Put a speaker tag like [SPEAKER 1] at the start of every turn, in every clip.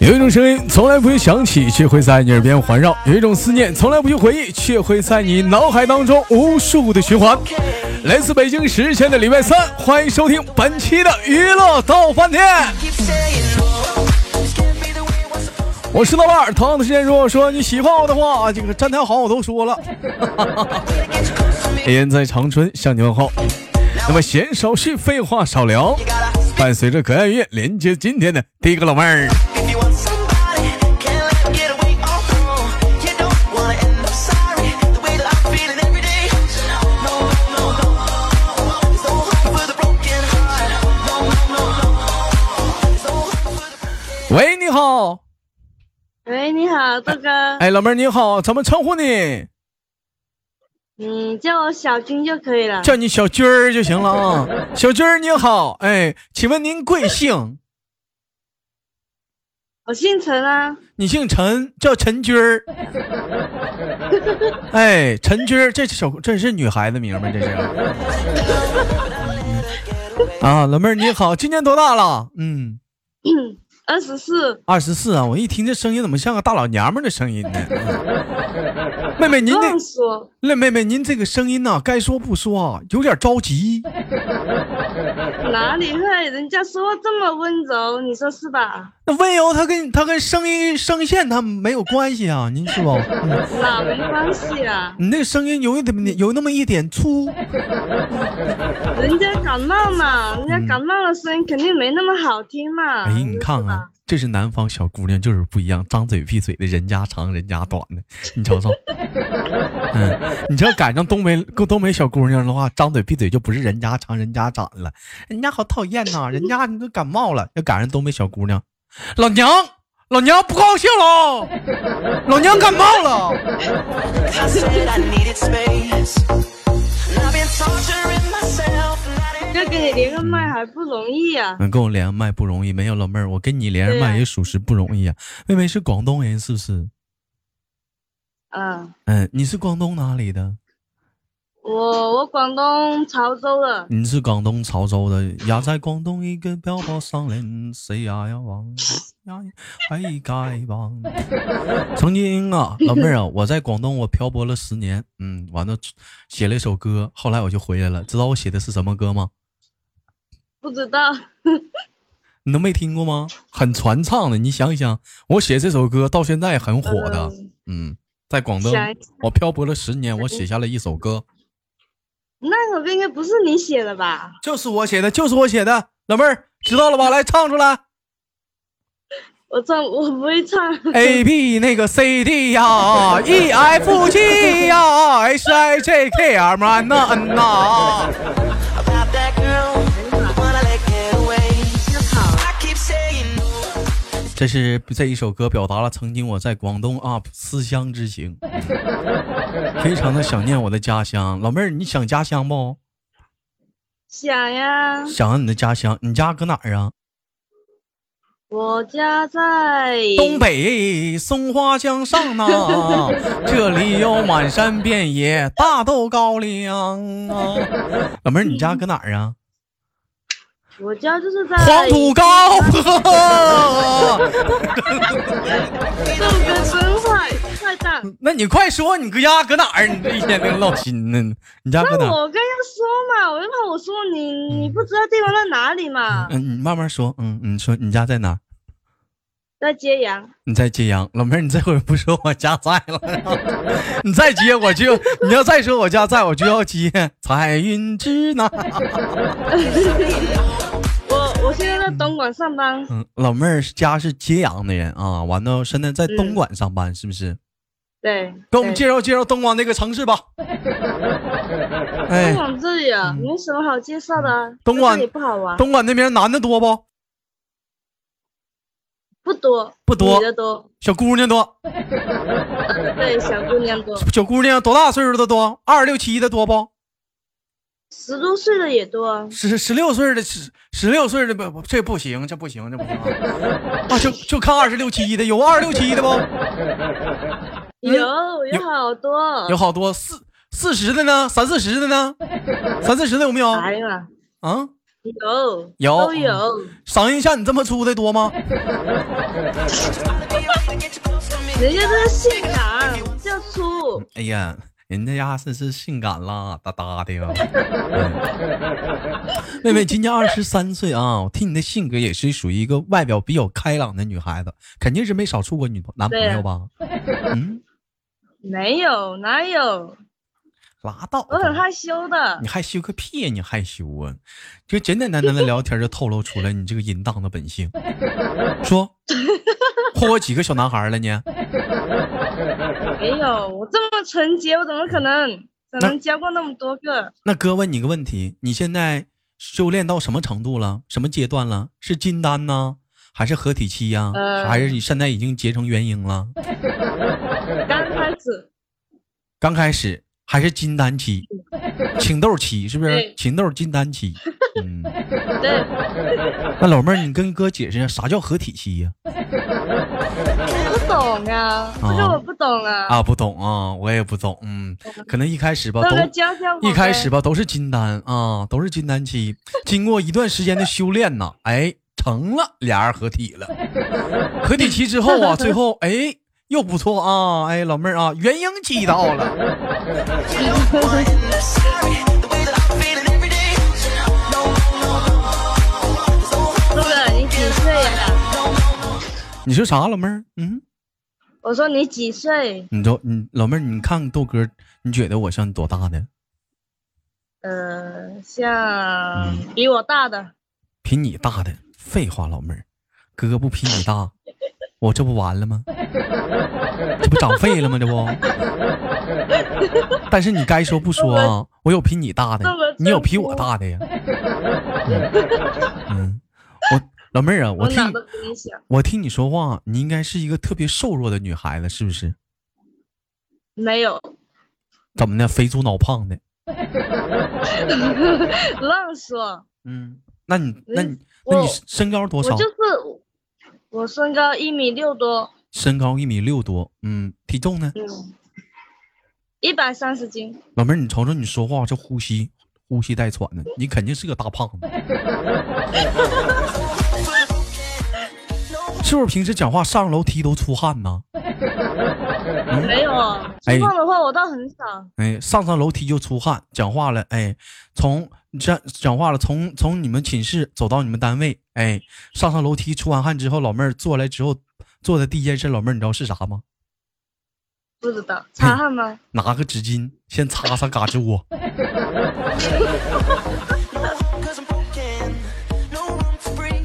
[SPEAKER 1] 有一种声音从来不用响起，却会在你耳边环绕；有一种思念从来不用回忆，却会在你脑海当中无数的循环。来自北京时间的礼拜三，欢迎收听本期的娱乐逗翻天。我是豆瓣儿，同样的时间，如果说你喜欢我的话，这个站台好我都说了。哎人在长春向你问候。那么闲少叙，废话少聊，伴随着可爱乐，连接今天的第一个老妹儿。
[SPEAKER 2] Oh,
[SPEAKER 1] 喂，你好，
[SPEAKER 3] 喂，你好，豆哥。
[SPEAKER 1] 哎，老妹儿你好，怎么称呼你？
[SPEAKER 3] 嗯，叫我小军就可以了。
[SPEAKER 1] 叫你小军儿就行了啊。小军儿你好，哎，请问您贵姓？
[SPEAKER 3] 我姓陈啊，
[SPEAKER 1] 你姓陈，叫陈军儿。哎，陈军儿，这是小这是女孩子名吗？这是。啊，老妹儿你好，今年多大了？嗯，
[SPEAKER 3] 二十四。
[SPEAKER 1] 二十四啊。我一听这声音，怎么像个大老娘们儿的声音呢？嗯妹妹，您
[SPEAKER 3] 乱
[SPEAKER 1] 这
[SPEAKER 3] 说，
[SPEAKER 1] 那妹妹，您这个声音呐、该说不说啊，有点着急。
[SPEAKER 3] 哪里会？人家说这么温柔，你说是吧？
[SPEAKER 1] 那温柔，它跟它跟声音声线它没有关系啊，您是不？嗯
[SPEAKER 3] 哪没关系啊？
[SPEAKER 1] 你那个声音有一点有那么一点粗，
[SPEAKER 3] 人家感冒嘛，人家感冒的声音肯定没那么好听嘛。
[SPEAKER 1] 哎，你看看，这是南方小姑娘，就是不一样，张嘴闭嘴的，人家长人家短的，你瞅瞅，嗯，你这赶上东北东北小姑娘的话，张嘴闭嘴就不是人家长人家短了，人家好讨厌呐、人家你都感冒了，要赶上东北小姑娘，老娘老娘不高兴了，老娘感冒了，
[SPEAKER 2] I said I needed space. And I've been torturing myself. and I didn't-
[SPEAKER 3] 要跟你连个麦还不容易啊？
[SPEAKER 1] 嗯，跟我连上麦不容易，没有老妹儿，我跟你连上麦也属实不容易啊，妹妹是广东人是不是？
[SPEAKER 3] 嗯，
[SPEAKER 1] 嗯，你是广东哪里的？
[SPEAKER 3] 我我广东潮州的，
[SPEAKER 1] 你是广东潮州的，也在广东一个漂泊商人，谁呀呀王呀还该帮。曾经啊，老妹儿啊，我在广东我漂泊了十年，嗯，完了写了一首歌，后来我就回来了。知道我写的是什么歌吗？
[SPEAKER 3] 不知道。
[SPEAKER 1] 你都没听过吗？很传唱的，你想一想，我写这首歌到现在很火的，嗯，在广东
[SPEAKER 3] 想一想
[SPEAKER 1] 我漂泊了十年，我写下了一首歌，
[SPEAKER 3] 那首歌应该不是你写的吧？
[SPEAKER 1] 就是我写的，就是我写的。老妹儿知道了吧？来唱出来。
[SPEAKER 3] 我唱，我不会唱。
[SPEAKER 1] A B 那个 C D 呀，E F G 呀，H I J K M N 呐 N 呐。
[SPEAKER 2] About that girl, the one I let get away. I keep saying no.
[SPEAKER 1] 这是这一首歌表达了曾经我在广东啊思乡之情，非常的想念我的家乡。老妹儿，你想家乡不？
[SPEAKER 3] 想呀，
[SPEAKER 1] 想你的家乡，你家搁哪儿啊？
[SPEAKER 3] 我家在
[SPEAKER 1] 东北松花江上 呐，这里有满山遍野大豆高粱啊。老妹儿，你家搁哪儿啊？
[SPEAKER 3] 我家就是在
[SPEAKER 1] 黄土高 坡。
[SPEAKER 3] 豆哥真坏，坏蛋！
[SPEAKER 1] 那你快说，你搁家搁哪儿？你这一天跟唠心呢？你家搁哪
[SPEAKER 3] 那
[SPEAKER 1] 嗯儿？
[SPEAKER 3] 我刚刚说嘛，我就怕我说你，你不知道地方在哪里嘛，
[SPEAKER 1] 嗯，你慢慢说。嗯，你说你家在哪儿？
[SPEAKER 3] 在揭阳。
[SPEAKER 1] 你在揭阳，老妹儿，你这会儿不说我家在 了，你再接我就，你要再说我家在，我就要接彩云之南。
[SPEAKER 3] 我我现在在东莞上班，
[SPEAKER 1] 嗯，老妹儿家是揭阳的人啊，完了现在在东莞上班，是不是？
[SPEAKER 3] 对，
[SPEAKER 1] 给我们
[SPEAKER 3] 对
[SPEAKER 1] 介绍介绍东莞那个城市吧。哎
[SPEAKER 3] 东，莞这里啊，没什么好介绍的啊，
[SPEAKER 1] 嗯东莞
[SPEAKER 3] 在这里不好玩，
[SPEAKER 1] 东莞那边男的多不？
[SPEAKER 3] 不多，
[SPEAKER 1] 不多
[SPEAKER 3] 女的多，
[SPEAKER 1] 小姑娘多，
[SPEAKER 3] 呃对，小姑娘多，
[SPEAKER 1] 小姑娘多大岁数的多？二十六七的多不？
[SPEAKER 3] 十多岁的也多啊，
[SPEAKER 1] 十十六岁的十十六岁的不不这不行，这不行，这不行啊！啊 就就看二十六七的，有二十六七的不？
[SPEAKER 3] 有
[SPEAKER 1] 有
[SPEAKER 3] 有好多
[SPEAKER 1] 嗯有，好多四四十的呢，三四十的呢，三四十的有没有？
[SPEAKER 3] 哎呀妈，
[SPEAKER 1] 啊，
[SPEAKER 3] 有
[SPEAKER 1] 有
[SPEAKER 3] 都有，
[SPEAKER 1] 嗓音像你这么粗的多吗？
[SPEAKER 3] 人家这是性感，就粗，
[SPEAKER 1] 哎呀，人家家是是性感啦，哒哒的呀。嗯 妹妹今年二十三岁啊，我听你的性格也是属于一个外表比较开朗的女孩子，肯定是没少处过女男朋友吧？
[SPEAKER 3] 啊
[SPEAKER 1] 嗯，
[SPEAKER 3] 没有哪有，
[SPEAKER 1] 拉倒吧。
[SPEAKER 3] 我很害羞的
[SPEAKER 1] 你，害羞个屁呀！你害羞啊？就简简单单的聊天就透露出来你这个淫荡的本性。 说，霍霍几个小男孩了呢？
[SPEAKER 3] 没有，我这么纯洁，我怎么可能可能交过那么多个？
[SPEAKER 1] 那哥问你个问题，你现在修炼到什么程度了？什么阶段了？是金丹呢，还是合体期呀、
[SPEAKER 3] 呃
[SPEAKER 1] 还是你现在已经结成元婴了？
[SPEAKER 3] 刚开始
[SPEAKER 1] 刚开始还是金丹 期，情窦期是不是
[SPEAKER 3] 对？
[SPEAKER 1] 情窦金丹 期。嗯，
[SPEAKER 3] 对，
[SPEAKER 1] 那老妹儿，你跟哥解释一下啥叫合体期呀、
[SPEAKER 3] 不懂啊，这个我不懂啊，
[SPEAKER 1] 哦啊，不懂啊，我也不懂。嗯，可能一开始吧，
[SPEAKER 3] 豆
[SPEAKER 1] 都
[SPEAKER 3] 哥教教 我呗。
[SPEAKER 1] 一开始吧，都是金丹啊，都是金丹期。经过一段时间的修炼呐，哎，成了，俩人合体了。合体期之后啊，最后哎又不错啊，哎老妹儿啊，元婴期到了。
[SPEAKER 3] 豆哥，你几岁呀？
[SPEAKER 1] 你说啥，老妹儿？嗯，
[SPEAKER 3] 我说你几岁？
[SPEAKER 1] 你说你老妹儿，你看豆哥，你觉得我像多大的？
[SPEAKER 3] 呃，像比我大的，
[SPEAKER 1] 比你大的？废话，老妹儿，哥不比你大，我这不完了吗？这不长废了吗？这不？但是你该说不说啊，我有比你大的
[SPEAKER 3] 那么，
[SPEAKER 1] 你有比我大的呀。嗯，嗯我老妹儿啊，我
[SPEAKER 3] 我哪
[SPEAKER 1] 听
[SPEAKER 3] 都比你小。
[SPEAKER 1] 我听你说话，你应该是一个特别瘦弱的女孩子，是不是？
[SPEAKER 3] 没有，
[SPEAKER 1] 怎么的，肥猪脑胖的？
[SPEAKER 3] 乱说。
[SPEAKER 1] 嗯，那你那你
[SPEAKER 3] 我
[SPEAKER 1] 那你身高多
[SPEAKER 3] 我
[SPEAKER 1] 少
[SPEAKER 3] 就？是我身高一米六多，
[SPEAKER 1] 身高一米六多，嗯，体重呢？
[SPEAKER 3] 嗯，一百三十斤，
[SPEAKER 1] 老妹儿，你瞅瞅你说话这呼吸，呼吸带喘的，你肯定是个大胖子，是不是？平时讲话上楼梯都出汗呢？
[SPEAKER 3] 没有啊。
[SPEAKER 1] 哎
[SPEAKER 3] 吃胖的话我倒很少，
[SPEAKER 1] 哎，上上楼梯就出汗，讲话了，哎，从你这讲话了，从从你们寝室走到你们单位，哎，上上楼梯出完汗之后，老妹儿坐来之后做的第一件事，老妹儿你知道是啥吗？
[SPEAKER 3] 不知
[SPEAKER 1] 哎
[SPEAKER 3] 道擦汗吗？
[SPEAKER 1] 拿个纸巾先擦擦嘎吱窝，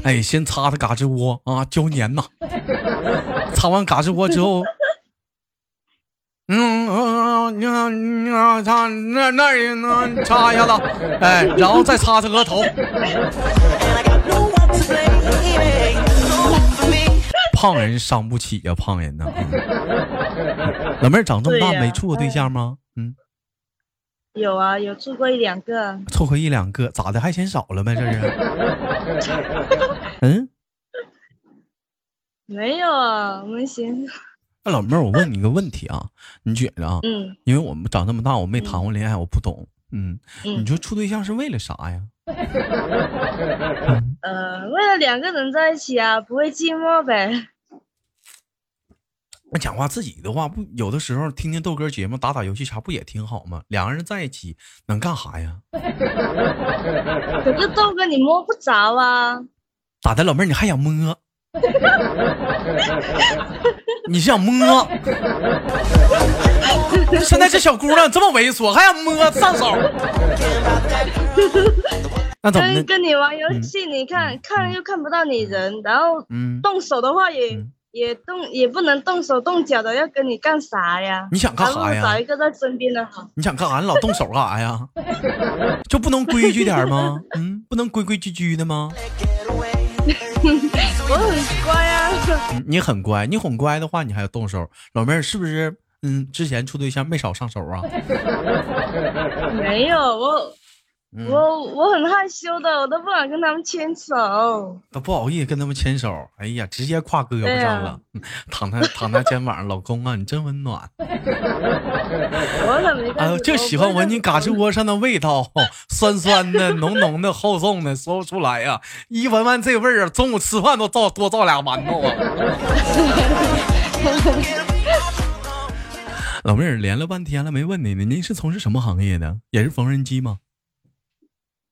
[SPEAKER 1] 哎，先擦擦嘎吱窝啊，胶粘呐。擦完嘎吱窝之后，嗯嗯嗯嗯，嗯擦那那儿也能擦一下子，哎，然后再擦擦额头。胖人伤不起呀、胖人呐、嗯老妹儿长这么大
[SPEAKER 3] 对呀
[SPEAKER 1] 没处过对象吗？嗯，
[SPEAKER 3] 有啊，有处过一两个，
[SPEAKER 1] 凑合一两个，咋的还嫌少了呗？这是？嗯，
[SPEAKER 3] 没有啊，我们行，
[SPEAKER 1] 那老妹儿，我问你个问题啊，你觉得啊，
[SPEAKER 3] 嗯
[SPEAKER 1] 因为我们长这么大，我没谈过恋爱，我不懂。嗯，你
[SPEAKER 3] 嗯，
[SPEAKER 1] 说处对象是为了啥呀？
[SPEAKER 3] 呃，为了两个人在一起啊，不会寂寞呗，
[SPEAKER 1] 那讲话自己的话，不有的时候听听豆哥节目，打打游戏啥不也挺好吗？两个人在一起能干啥呀？
[SPEAKER 3] 可是豆哥你摸不着啊，
[SPEAKER 1] 咋的，老妹儿你还想摸？你想摸？现在这小姑娘这么猥琐，还想摸上手？那怎么
[SPEAKER 3] 跟
[SPEAKER 1] 的？
[SPEAKER 3] 跟你玩游戏，你看看又看不到你人，然后
[SPEAKER 1] 嗯，
[SPEAKER 3] 动手的话也、
[SPEAKER 1] 嗯
[SPEAKER 3] 也动也不能动手动脚的，要跟你干啥呀？
[SPEAKER 1] 你想干啥呀
[SPEAKER 3] 还不如找一个在身边的好。
[SPEAKER 1] 你想干啥？你老动手干啥呀？ 就不能规矩点儿吗？嗯，不能规规矩矩的吗？
[SPEAKER 3] 我很乖啊，
[SPEAKER 1] 你你很乖，你很乖的话，你还要动手，老妹儿是不是？嗯，之前处对象没少上手啊。
[SPEAKER 3] 没有我
[SPEAKER 1] 嗯
[SPEAKER 3] 我我很害羞的，我都不敢跟他们牵手。
[SPEAKER 1] 都不好意思跟他们牵手，哎呀，直接跨胳膊上了，嗯 躺在躺在肩膀上，老公啊，你真温暖，
[SPEAKER 3] 我可没
[SPEAKER 1] 哎
[SPEAKER 3] 干
[SPEAKER 1] 呦，
[SPEAKER 3] 过。
[SPEAKER 1] 就喜欢闻你嘎吱
[SPEAKER 3] 吱
[SPEAKER 1] 窝上的味道，酸酸的、浓浓的、厚重的，说不出来呀、一闻完这味儿啊，中午吃饭都造多造俩馒头啊。 老妹儿连了半天了，没问你呢，您是从事什么行业的？也是缝纫机吗？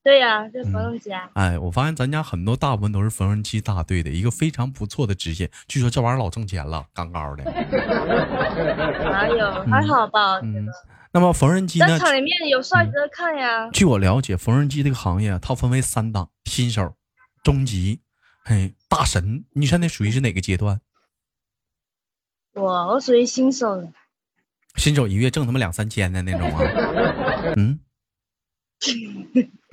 [SPEAKER 3] 对呀、在朋友家。
[SPEAKER 1] 哎，我发现咱家很多大部分都是缝纫机大队的一个非常不错的职业，据说这玩意儿老挣钱了，杠杠的。
[SPEAKER 3] 哪有？还好吧，我觉
[SPEAKER 1] 嗯
[SPEAKER 3] 得。，
[SPEAKER 1] 那么缝纫机呢
[SPEAKER 3] 在？厂里面有帅哥看呀，
[SPEAKER 1] 据我了解，缝纫机这个行业啊它分为三档：新手、中级，嘿，大神。你现在属于是哪个阶段？
[SPEAKER 3] 我我属于新手的，
[SPEAKER 1] 新手一月挣他妈两三千的那种啊？嗯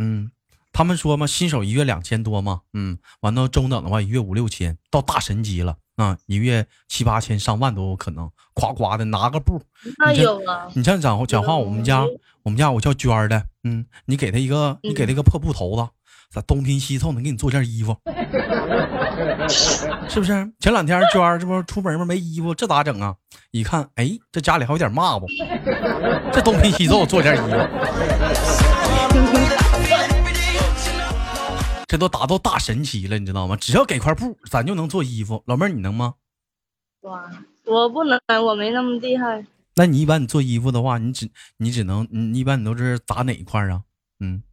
[SPEAKER 1] 嗯，他们说嘛，新手一月两千多嘛，嗯，完到中等的话，一月五六千，到大神级了啊，一月七八千、上万都有可能，夸夸的拿个布，
[SPEAKER 3] 那
[SPEAKER 1] 你这
[SPEAKER 3] 有啊，
[SPEAKER 1] 你像讲讲话，我们家我们家我叫娟儿的，嗯，你给他一个，你给他一个破布头子，咋东拼西凑能给你做件衣服，是不是？前两天娟儿这不出门吗？没衣服，这咋整啊？一看，哎，这家里还有点抹布，这东拼西凑做件衣服，这都达到大神级了，你知道吗？只要给块布，咱就能做衣服。老妹儿，你能吗？
[SPEAKER 3] 哇，我不能，我没那么厉害，
[SPEAKER 1] 那你一般你做衣服的话，你只你只能你一般你都是打哪一块儿啊？嗯。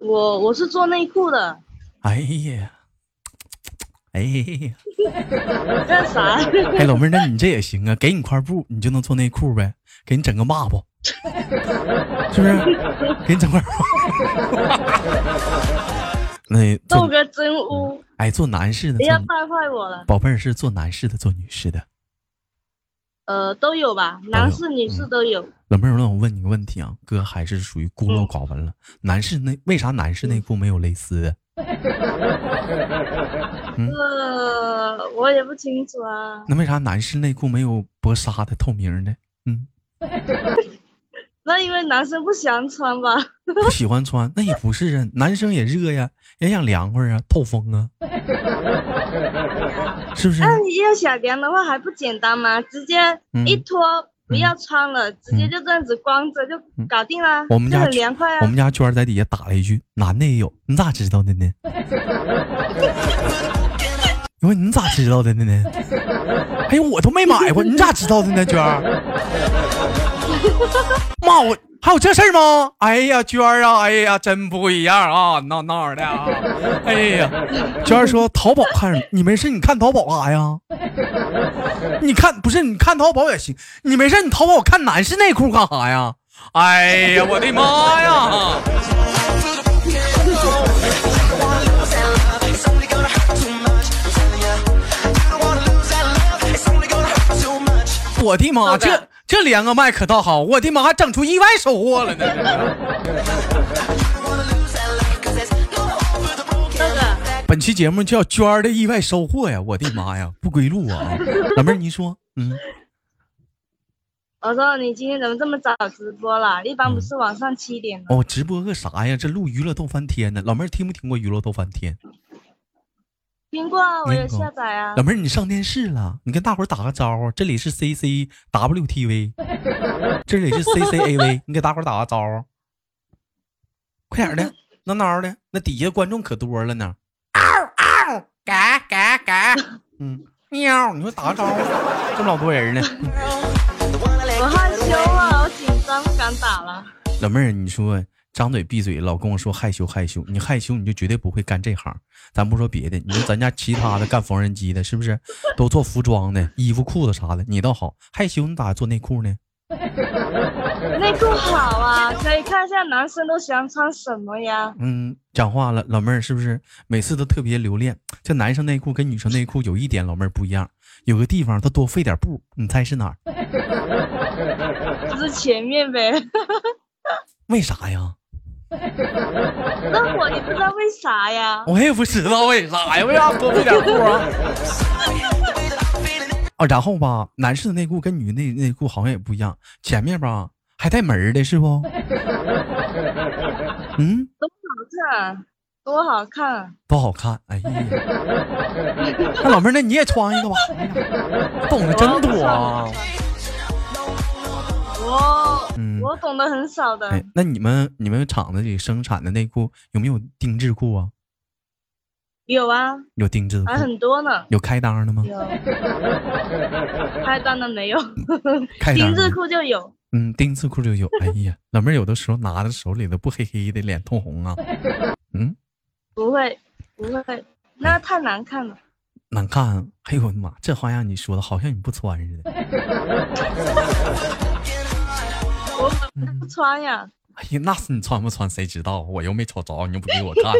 [SPEAKER 3] 我我是做内裤的，
[SPEAKER 1] 哎呀，哎呀，
[SPEAKER 3] 干 啥？
[SPEAKER 1] 哎，老妹儿，那你这也行啊，给你块布，你就能做内裤呗，给你整个抹布，是不是？给你整块儿。那
[SPEAKER 3] 豆
[SPEAKER 1] 做
[SPEAKER 3] 哥真污，
[SPEAKER 1] 哎做男士的，
[SPEAKER 3] 人家
[SPEAKER 1] 做
[SPEAKER 3] 败坏我了。
[SPEAKER 1] 宝贝儿是做男士的，做女士的。
[SPEAKER 3] 呃，都有吧，男士女
[SPEAKER 1] 嗯
[SPEAKER 3] 士都有。
[SPEAKER 1] 老妹儿，那我问你个问题啊，哥还是属于孤陋寡闻了。男士内为啥男士内裤没有蕾丝啊的？嗯
[SPEAKER 3] 呃，我也不清楚啊，
[SPEAKER 1] 那为啥男士内裤没有薄纱的、透明的？嗯，
[SPEAKER 3] 那因为男生不想穿吧？
[SPEAKER 1] 不喜欢穿，那也不是啊，男生也热呀，也想凉快啊，透风啊，是不是？
[SPEAKER 3] 那你要想凉的话还不简单吗？直接一
[SPEAKER 1] 嗯
[SPEAKER 3] 脱，不要穿了，直接就这样子光着就搞定啦，
[SPEAKER 1] 嗯我们
[SPEAKER 3] 就
[SPEAKER 1] 家
[SPEAKER 3] 很凉快
[SPEAKER 1] 我
[SPEAKER 3] 啊
[SPEAKER 1] 们。家娟儿在底下打了一句：“男的也有，你咋知道的呢？” 我说你咋知道的呢？哎呦，我都没买过，你咋知道的呢？娟儿， 妈我还有这事儿吗？哎呀，娟儿啊，哎呀，真不一样啊，闹闹的啊，哎呀，娟儿说淘宝看，你没事你看淘宝干啥呀？你看不是你看淘宝也行，你没事你淘宝看男士内裤干啥呀？哎呀，我的妈呀！我的妈，
[SPEAKER 3] 是的
[SPEAKER 1] 这这连个麦可倒好，我的妈，还整出意外收获了呢！这是
[SPEAKER 3] 那个。
[SPEAKER 1] 本期节目叫娟儿的意外收获呀，我的妈呀，不归路啊！老妹儿，你说，嗯，
[SPEAKER 3] 我说你今天怎么这么早直播啦？一般不是晚上七点吗？
[SPEAKER 1] 我、哦直播个啥呀？这录娱乐逗翻天呢。老妹儿听没听过娱乐逗翻天？
[SPEAKER 3] 听过啊，我有
[SPEAKER 1] 听过
[SPEAKER 3] 下载啊
[SPEAKER 1] 老。妹儿，你上电视了，你跟大伙儿打个招呼，这里是 C C W T V，这里是 C C A V，你给大伙儿打个招呼，快点儿的，闹闹的，那底下观众可多了呢。
[SPEAKER 4] 嘎嘎嘎，
[SPEAKER 1] 嗯，喵，你说打个招呼，这么老多人呢。
[SPEAKER 3] 我害羞啊，我紧张不敢打了。
[SPEAKER 1] 老妹儿，你说张嘴闭嘴，老跟我说害羞害羞，你害羞你就绝对不会干这行。咱不说别的，你说咱家其他的干缝纫机的，是不是都做服装的、衣服、裤子啥的？你倒好，害羞你咋做内裤呢？
[SPEAKER 3] 内裤好啊，可以看一下男生都喜欢穿什么呀？
[SPEAKER 1] 嗯，讲话了，老妹儿是不是每次都特别留恋？这男生内裤跟女生内裤有一点，老妹儿不一样，有个地方它多费点布，你猜是哪儿？
[SPEAKER 3] 就是前面呗。
[SPEAKER 1] 为啥呀？
[SPEAKER 3] 那我也不知道为啥呀。
[SPEAKER 1] 我也不知道为啥呀，为啥多费点布啊？ 啊，然后吧，男士的内裤跟女内内裤好像也不一样，前面吧还带门儿的是不？ 嗯，
[SPEAKER 3] 多好看啊，多
[SPEAKER 1] 不好
[SPEAKER 3] 好看啊！
[SPEAKER 1] 看。哎呀，那老妹儿，那你也穿一个吧。懂得真多啊。
[SPEAKER 3] 我
[SPEAKER 1] 嗯，
[SPEAKER 3] 我懂得很少的，
[SPEAKER 1] 哎，那你们你们厂子里生产的内裤有没有定制裤啊？
[SPEAKER 3] 有啊，
[SPEAKER 1] 有定制裤，
[SPEAKER 3] 还很多呢。
[SPEAKER 1] 有开裆的吗？
[SPEAKER 3] 有，开裆的没有，
[SPEAKER 1] 开裆
[SPEAKER 3] 丁
[SPEAKER 1] 的
[SPEAKER 3] 字裤就有。
[SPEAKER 1] 嗯，丁字裤就有。哎呀，老妹儿有的时候拿着手里都不黑黑的，脸通红啊。嗯，
[SPEAKER 3] 不会，不会，那太难看了。
[SPEAKER 1] 难看。哎呦我的妈，这话让你说的好像你不穿似的。
[SPEAKER 3] 我不穿呀，
[SPEAKER 1] 哎呀，那是你穿不穿谁知道？我又没瞅着，你又不给我看。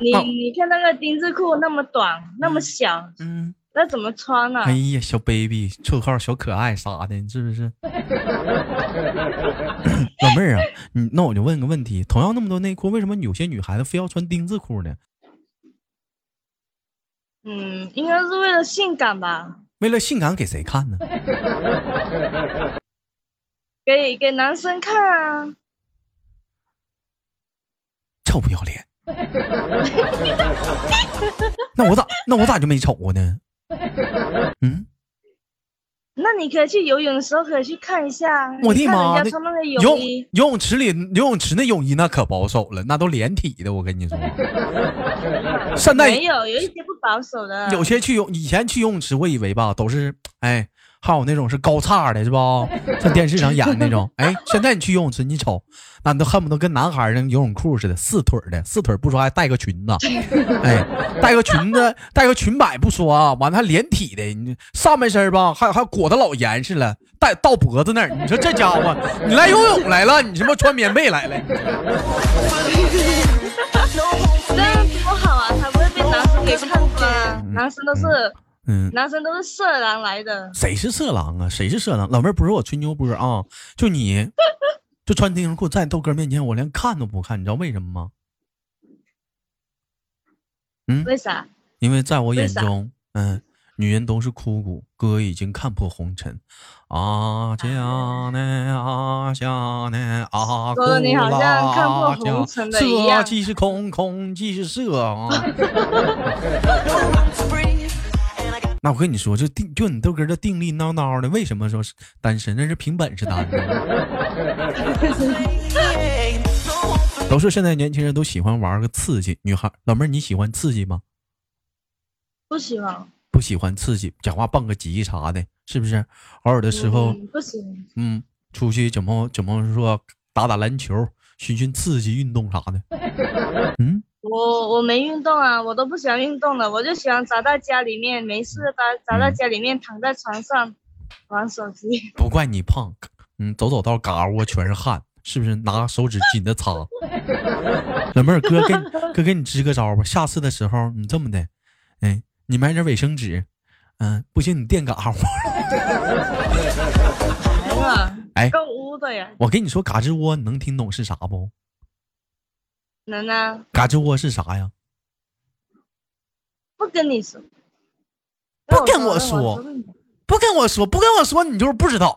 [SPEAKER 3] 你
[SPEAKER 1] 那
[SPEAKER 3] 你看那个丁字裤那么短，那么小，
[SPEAKER 1] 嗯，
[SPEAKER 3] 那怎么穿呢、
[SPEAKER 1] 哎呀，小 baby，绰号小可爱啥的，是不是？ 老妹儿啊，你那我就问个问题：同样那么多内裤，为什么有些女孩子非要穿丁字裤呢？
[SPEAKER 3] 嗯，应该是为了性感吧，
[SPEAKER 1] 为了性感给谁看呢？
[SPEAKER 3] 给给男生看啊。
[SPEAKER 1] 臭不要脸！那我咋那我咋就没瞅过呢？嗯，
[SPEAKER 3] 那你可以去游泳的时候可以去看一下啊，
[SPEAKER 1] 我的
[SPEAKER 3] 你看
[SPEAKER 1] 妈那
[SPEAKER 3] 人家穿那个
[SPEAKER 1] 游
[SPEAKER 3] 泳衣，
[SPEAKER 1] 游泳池里游泳池那泳衣那可保守了，那都连体的，我跟你说。现在
[SPEAKER 3] 没有，有一些不保守的，
[SPEAKER 1] 有些去游以前去游泳池，我以为吧都是哎，还有那种是高叉的，是吧？像电视上演的那种。哎，现在你去游泳池，你瞅那你都恨不得跟男孩儿那游泳裤似的，四腿儿的，四腿儿不说还带个裙子，哎，带个裙子，带个裙摆不说啊，完了还连体的，你上半身儿吧还还裹得老严实了，带到脖子那儿。你说这家伙，你来游泳来了，你他妈穿棉被来了，你这
[SPEAKER 3] 这样多好啊，才不会被男生给看穿啊。男生都是
[SPEAKER 1] 嗯。
[SPEAKER 3] 男生都是色狼来的，
[SPEAKER 1] 谁是色狼啊？谁是色狼？老妹儿不是我吹牛波啊，就你，就穿丁字裤在豆哥面前，我连看都不看，你知道为什么吗？
[SPEAKER 3] 为啥？
[SPEAKER 1] 因为在我眼
[SPEAKER 3] 为啥
[SPEAKER 1] 中，嗯，女人都是枯骨，哥已经看破红尘。啊，这样的啊，这样的啊，
[SPEAKER 3] 说得你好像看破
[SPEAKER 1] 古拉
[SPEAKER 3] 红尘的一样
[SPEAKER 1] 色即是空，空即是色啊。那我跟你说，这定就你豆哥这定力孬孬的，为什么说是单身？那是凭本事单的。都说现在年轻人都喜欢玩个刺激，女孩老妹儿你喜欢刺激吗？
[SPEAKER 3] 不喜欢，
[SPEAKER 1] 不喜欢刺激，讲话蹦个极啥的，是不是？偶尔的时候，
[SPEAKER 3] 嗯不行，
[SPEAKER 1] 嗯，出去怎么怎么说打打篮球，寻寻刺激运动啥的。嗯，
[SPEAKER 3] 我我没运动啊，我都不喜欢运动的，我就喜欢宅在家里面，没事待
[SPEAKER 1] 嗯
[SPEAKER 3] 宅在家里面，躺在床上玩手机。
[SPEAKER 1] 不怪你胖，嗯，走走道嘎窝全是汗，是不是？拿手指紧着擦。老妹儿，哥给你哥给你支个招吧，下次的时候你这么的，哎，你买点卫生纸，嗯、不行你垫嘎窝。 哎
[SPEAKER 3] 哎够污的呀，
[SPEAKER 1] 我跟你说，嘎吱窝，你能听懂是啥不？
[SPEAKER 3] 能啊，
[SPEAKER 1] 嘎吱窝是啥呀？
[SPEAKER 3] 不跟你说，
[SPEAKER 1] 不跟我说
[SPEAKER 3] 跟你
[SPEAKER 1] 不跟我说，不跟我说，你就是不知道。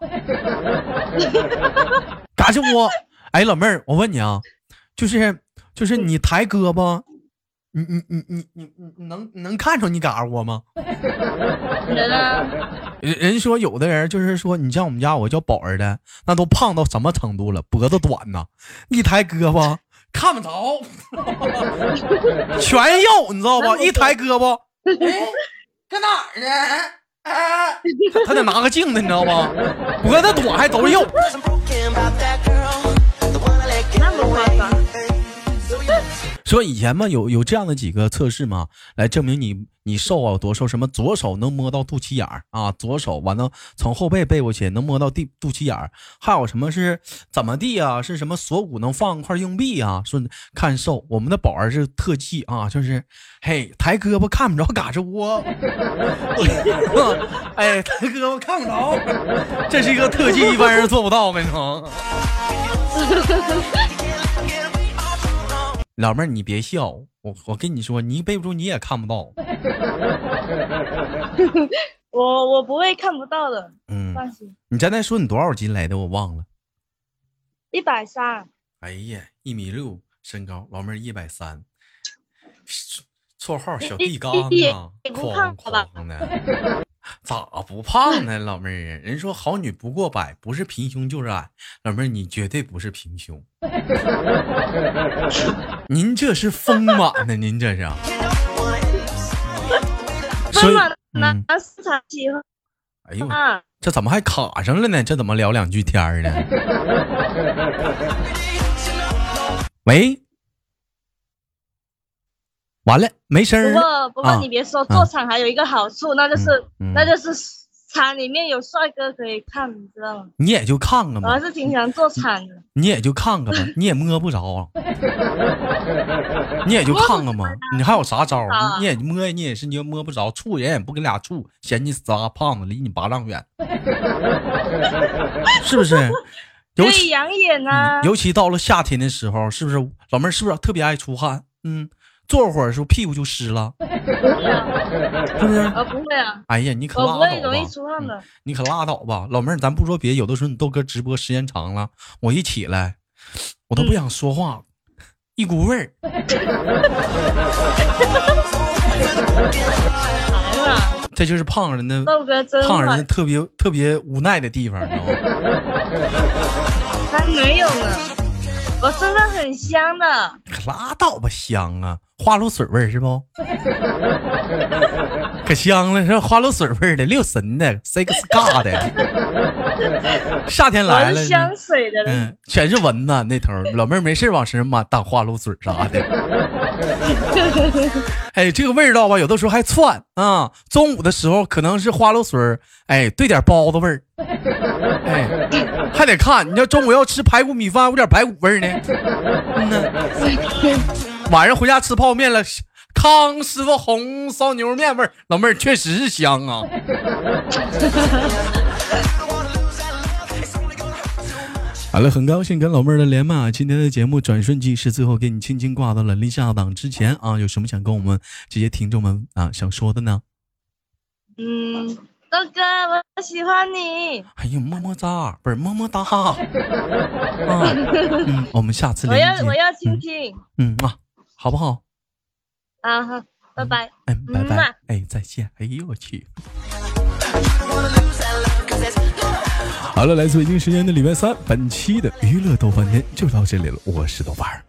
[SPEAKER 1] 嘎吱窝，哎，老妹儿，我问你啊，就是就是你抬胳膊，你你你你你你你能你能看出你嘎吱窝吗？
[SPEAKER 3] 能啊，
[SPEAKER 1] 人人说有的人就是说，你像我们家我叫宝儿的，那都胖到什么程度了？脖子短呐，一抬胳膊看不着，全肉你知道吧？一抬胳膊，哎，搁哪儿呢？啊，他他得拿个镜子，你知道吧？脖子短还都是肉，说以前嘛，有有这样的几个测试嘛，来证明你你瘦啊有多瘦，什么左手能摸到肚脐眼儿啊，左手完了从后背背过去能摸到地肚脐眼儿，还有什么是怎么地啊？是什么锁骨能放块硬币啊？说看瘦，我们的宝儿是特技啊，就是嘿抬胳膊看不着嘎吱窝， 啊哎抬胳膊看不着，这是一个特技，一般人做不到，我跟你说。老妹儿，你别笑，我我跟你说，你背不住你也看不到。
[SPEAKER 3] 我我不会看不到的，
[SPEAKER 1] 嗯，
[SPEAKER 3] 放心，
[SPEAKER 1] 你刚才说你多少斤来的？我忘了，
[SPEAKER 3] 一百三，
[SPEAKER 1] 哎呀，一米六身高，老妹儿一百三，绰号小地缸
[SPEAKER 3] 弟弟
[SPEAKER 1] 啊，
[SPEAKER 3] 也不
[SPEAKER 1] 哐
[SPEAKER 3] 胖吧
[SPEAKER 1] 哐的，咋不胖呢？老妹儿啊，人说好女不过百，不是平胸就是矮。老妹儿，你绝对不是平胸，您这是丰满呢，您这是啊。所 以
[SPEAKER 3] 丰满，拿
[SPEAKER 1] 嗯，
[SPEAKER 3] 拿市场喜欢
[SPEAKER 1] 哎呦，
[SPEAKER 3] 啊，
[SPEAKER 1] 这怎么还卡上了呢？这怎么聊两句天儿呢？喂，完了，没声
[SPEAKER 3] 不
[SPEAKER 1] 儿了。
[SPEAKER 3] 过不过
[SPEAKER 1] 啊
[SPEAKER 3] 你别说，
[SPEAKER 1] 啊
[SPEAKER 3] 做厂还有一个好处，那就是、
[SPEAKER 1] 嗯嗯
[SPEAKER 3] 那就是厂里面有帅哥可以看，你知道吗？
[SPEAKER 1] 你也就看看
[SPEAKER 3] 我还
[SPEAKER 1] 吧，
[SPEAKER 3] 是挺想做厂的，
[SPEAKER 1] 你也就看看吧，你也摸不着，啊你也就看看吧，你还有啥招儿？
[SPEAKER 3] 啊
[SPEAKER 1] 你也摸，你也是你也摸不着，处人也不跟俩处，嫌你仨胖子离你八 丈远，是不是？尤
[SPEAKER 3] 可
[SPEAKER 1] 其
[SPEAKER 3] 以养眼啊
[SPEAKER 1] 嗯，尤其到了夏天的时候，是不是老妹儿是不是特别爱出汗？嗯，坐会儿的时候屁股就湿了， 是不是？
[SPEAKER 3] 我不会啊，
[SPEAKER 1] 哎呀，你可
[SPEAKER 3] 我
[SPEAKER 1] 拉
[SPEAKER 3] 不
[SPEAKER 1] 倒吧！
[SPEAKER 3] 会容易出汗的。
[SPEAKER 1] 你可拉倒吧，老妹儿，咱不说别的，有的时候你豆哥直播时间长了，我一起来，我都不想说话，
[SPEAKER 3] 嗯
[SPEAKER 1] 一股味儿。
[SPEAKER 3] 哎呀，
[SPEAKER 1] 这就是胖 人的
[SPEAKER 3] 豆哥真
[SPEAKER 1] 胖人的
[SPEAKER 3] 坏，
[SPEAKER 1] 特别特别无奈的地方，你知道吗？
[SPEAKER 3] 还没有呢，我身上很香的，
[SPEAKER 1] 可拉倒吧，香啊，花露水味儿是不？可香了，是花露水味儿的，六神的，six god 的，夏天来
[SPEAKER 3] 我
[SPEAKER 1] 了
[SPEAKER 3] 是，香水的人，
[SPEAKER 1] 嗯，全是蚊子那头儿，老妹儿没事儿往身上抹当花露水啥的。 哎，这个味道吧，有的时候还窜啊。中午的时候可能是花露水儿，哎，兑点包子味儿，哎，还得看。你要中午要吃排骨米饭，有点排骨味儿呢。嗯呐，晚上回家吃泡面了，康师傅红烧牛肉面味儿，老妹儿确实是香啊。好了，很高兴跟老妹儿的连麦啊！今天的节目转瞬即逝，最后给你轻轻挂到了临下档之前啊，有什么想跟我们这些听众们啊想说的呢？
[SPEAKER 3] 嗯，豆哥，我喜欢你，
[SPEAKER 1] 哎呀，么么哒，不是么 么哒啊！嗯，我们下次
[SPEAKER 3] 我
[SPEAKER 1] 连
[SPEAKER 3] 要
[SPEAKER 1] 接，
[SPEAKER 3] 我要亲
[SPEAKER 1] 嗯
[SPEAKER 3] 亲
[SPEAKER 1] 嗯啊，好不好？
[SPEAKER 3] 啊，好拜拜。
[SPEAKER 1] 哎，拜
[SPEAKER 3] 嗯
[SPEAKER 1] 拜
[SPEAKER 3] 嘛，
[SPEAKER 1] 哎，再见，哎呦我去！好了，来自北京时间的礼拜三，本期的娱乐豆瓣天就到这里了，我是豆瓣儿。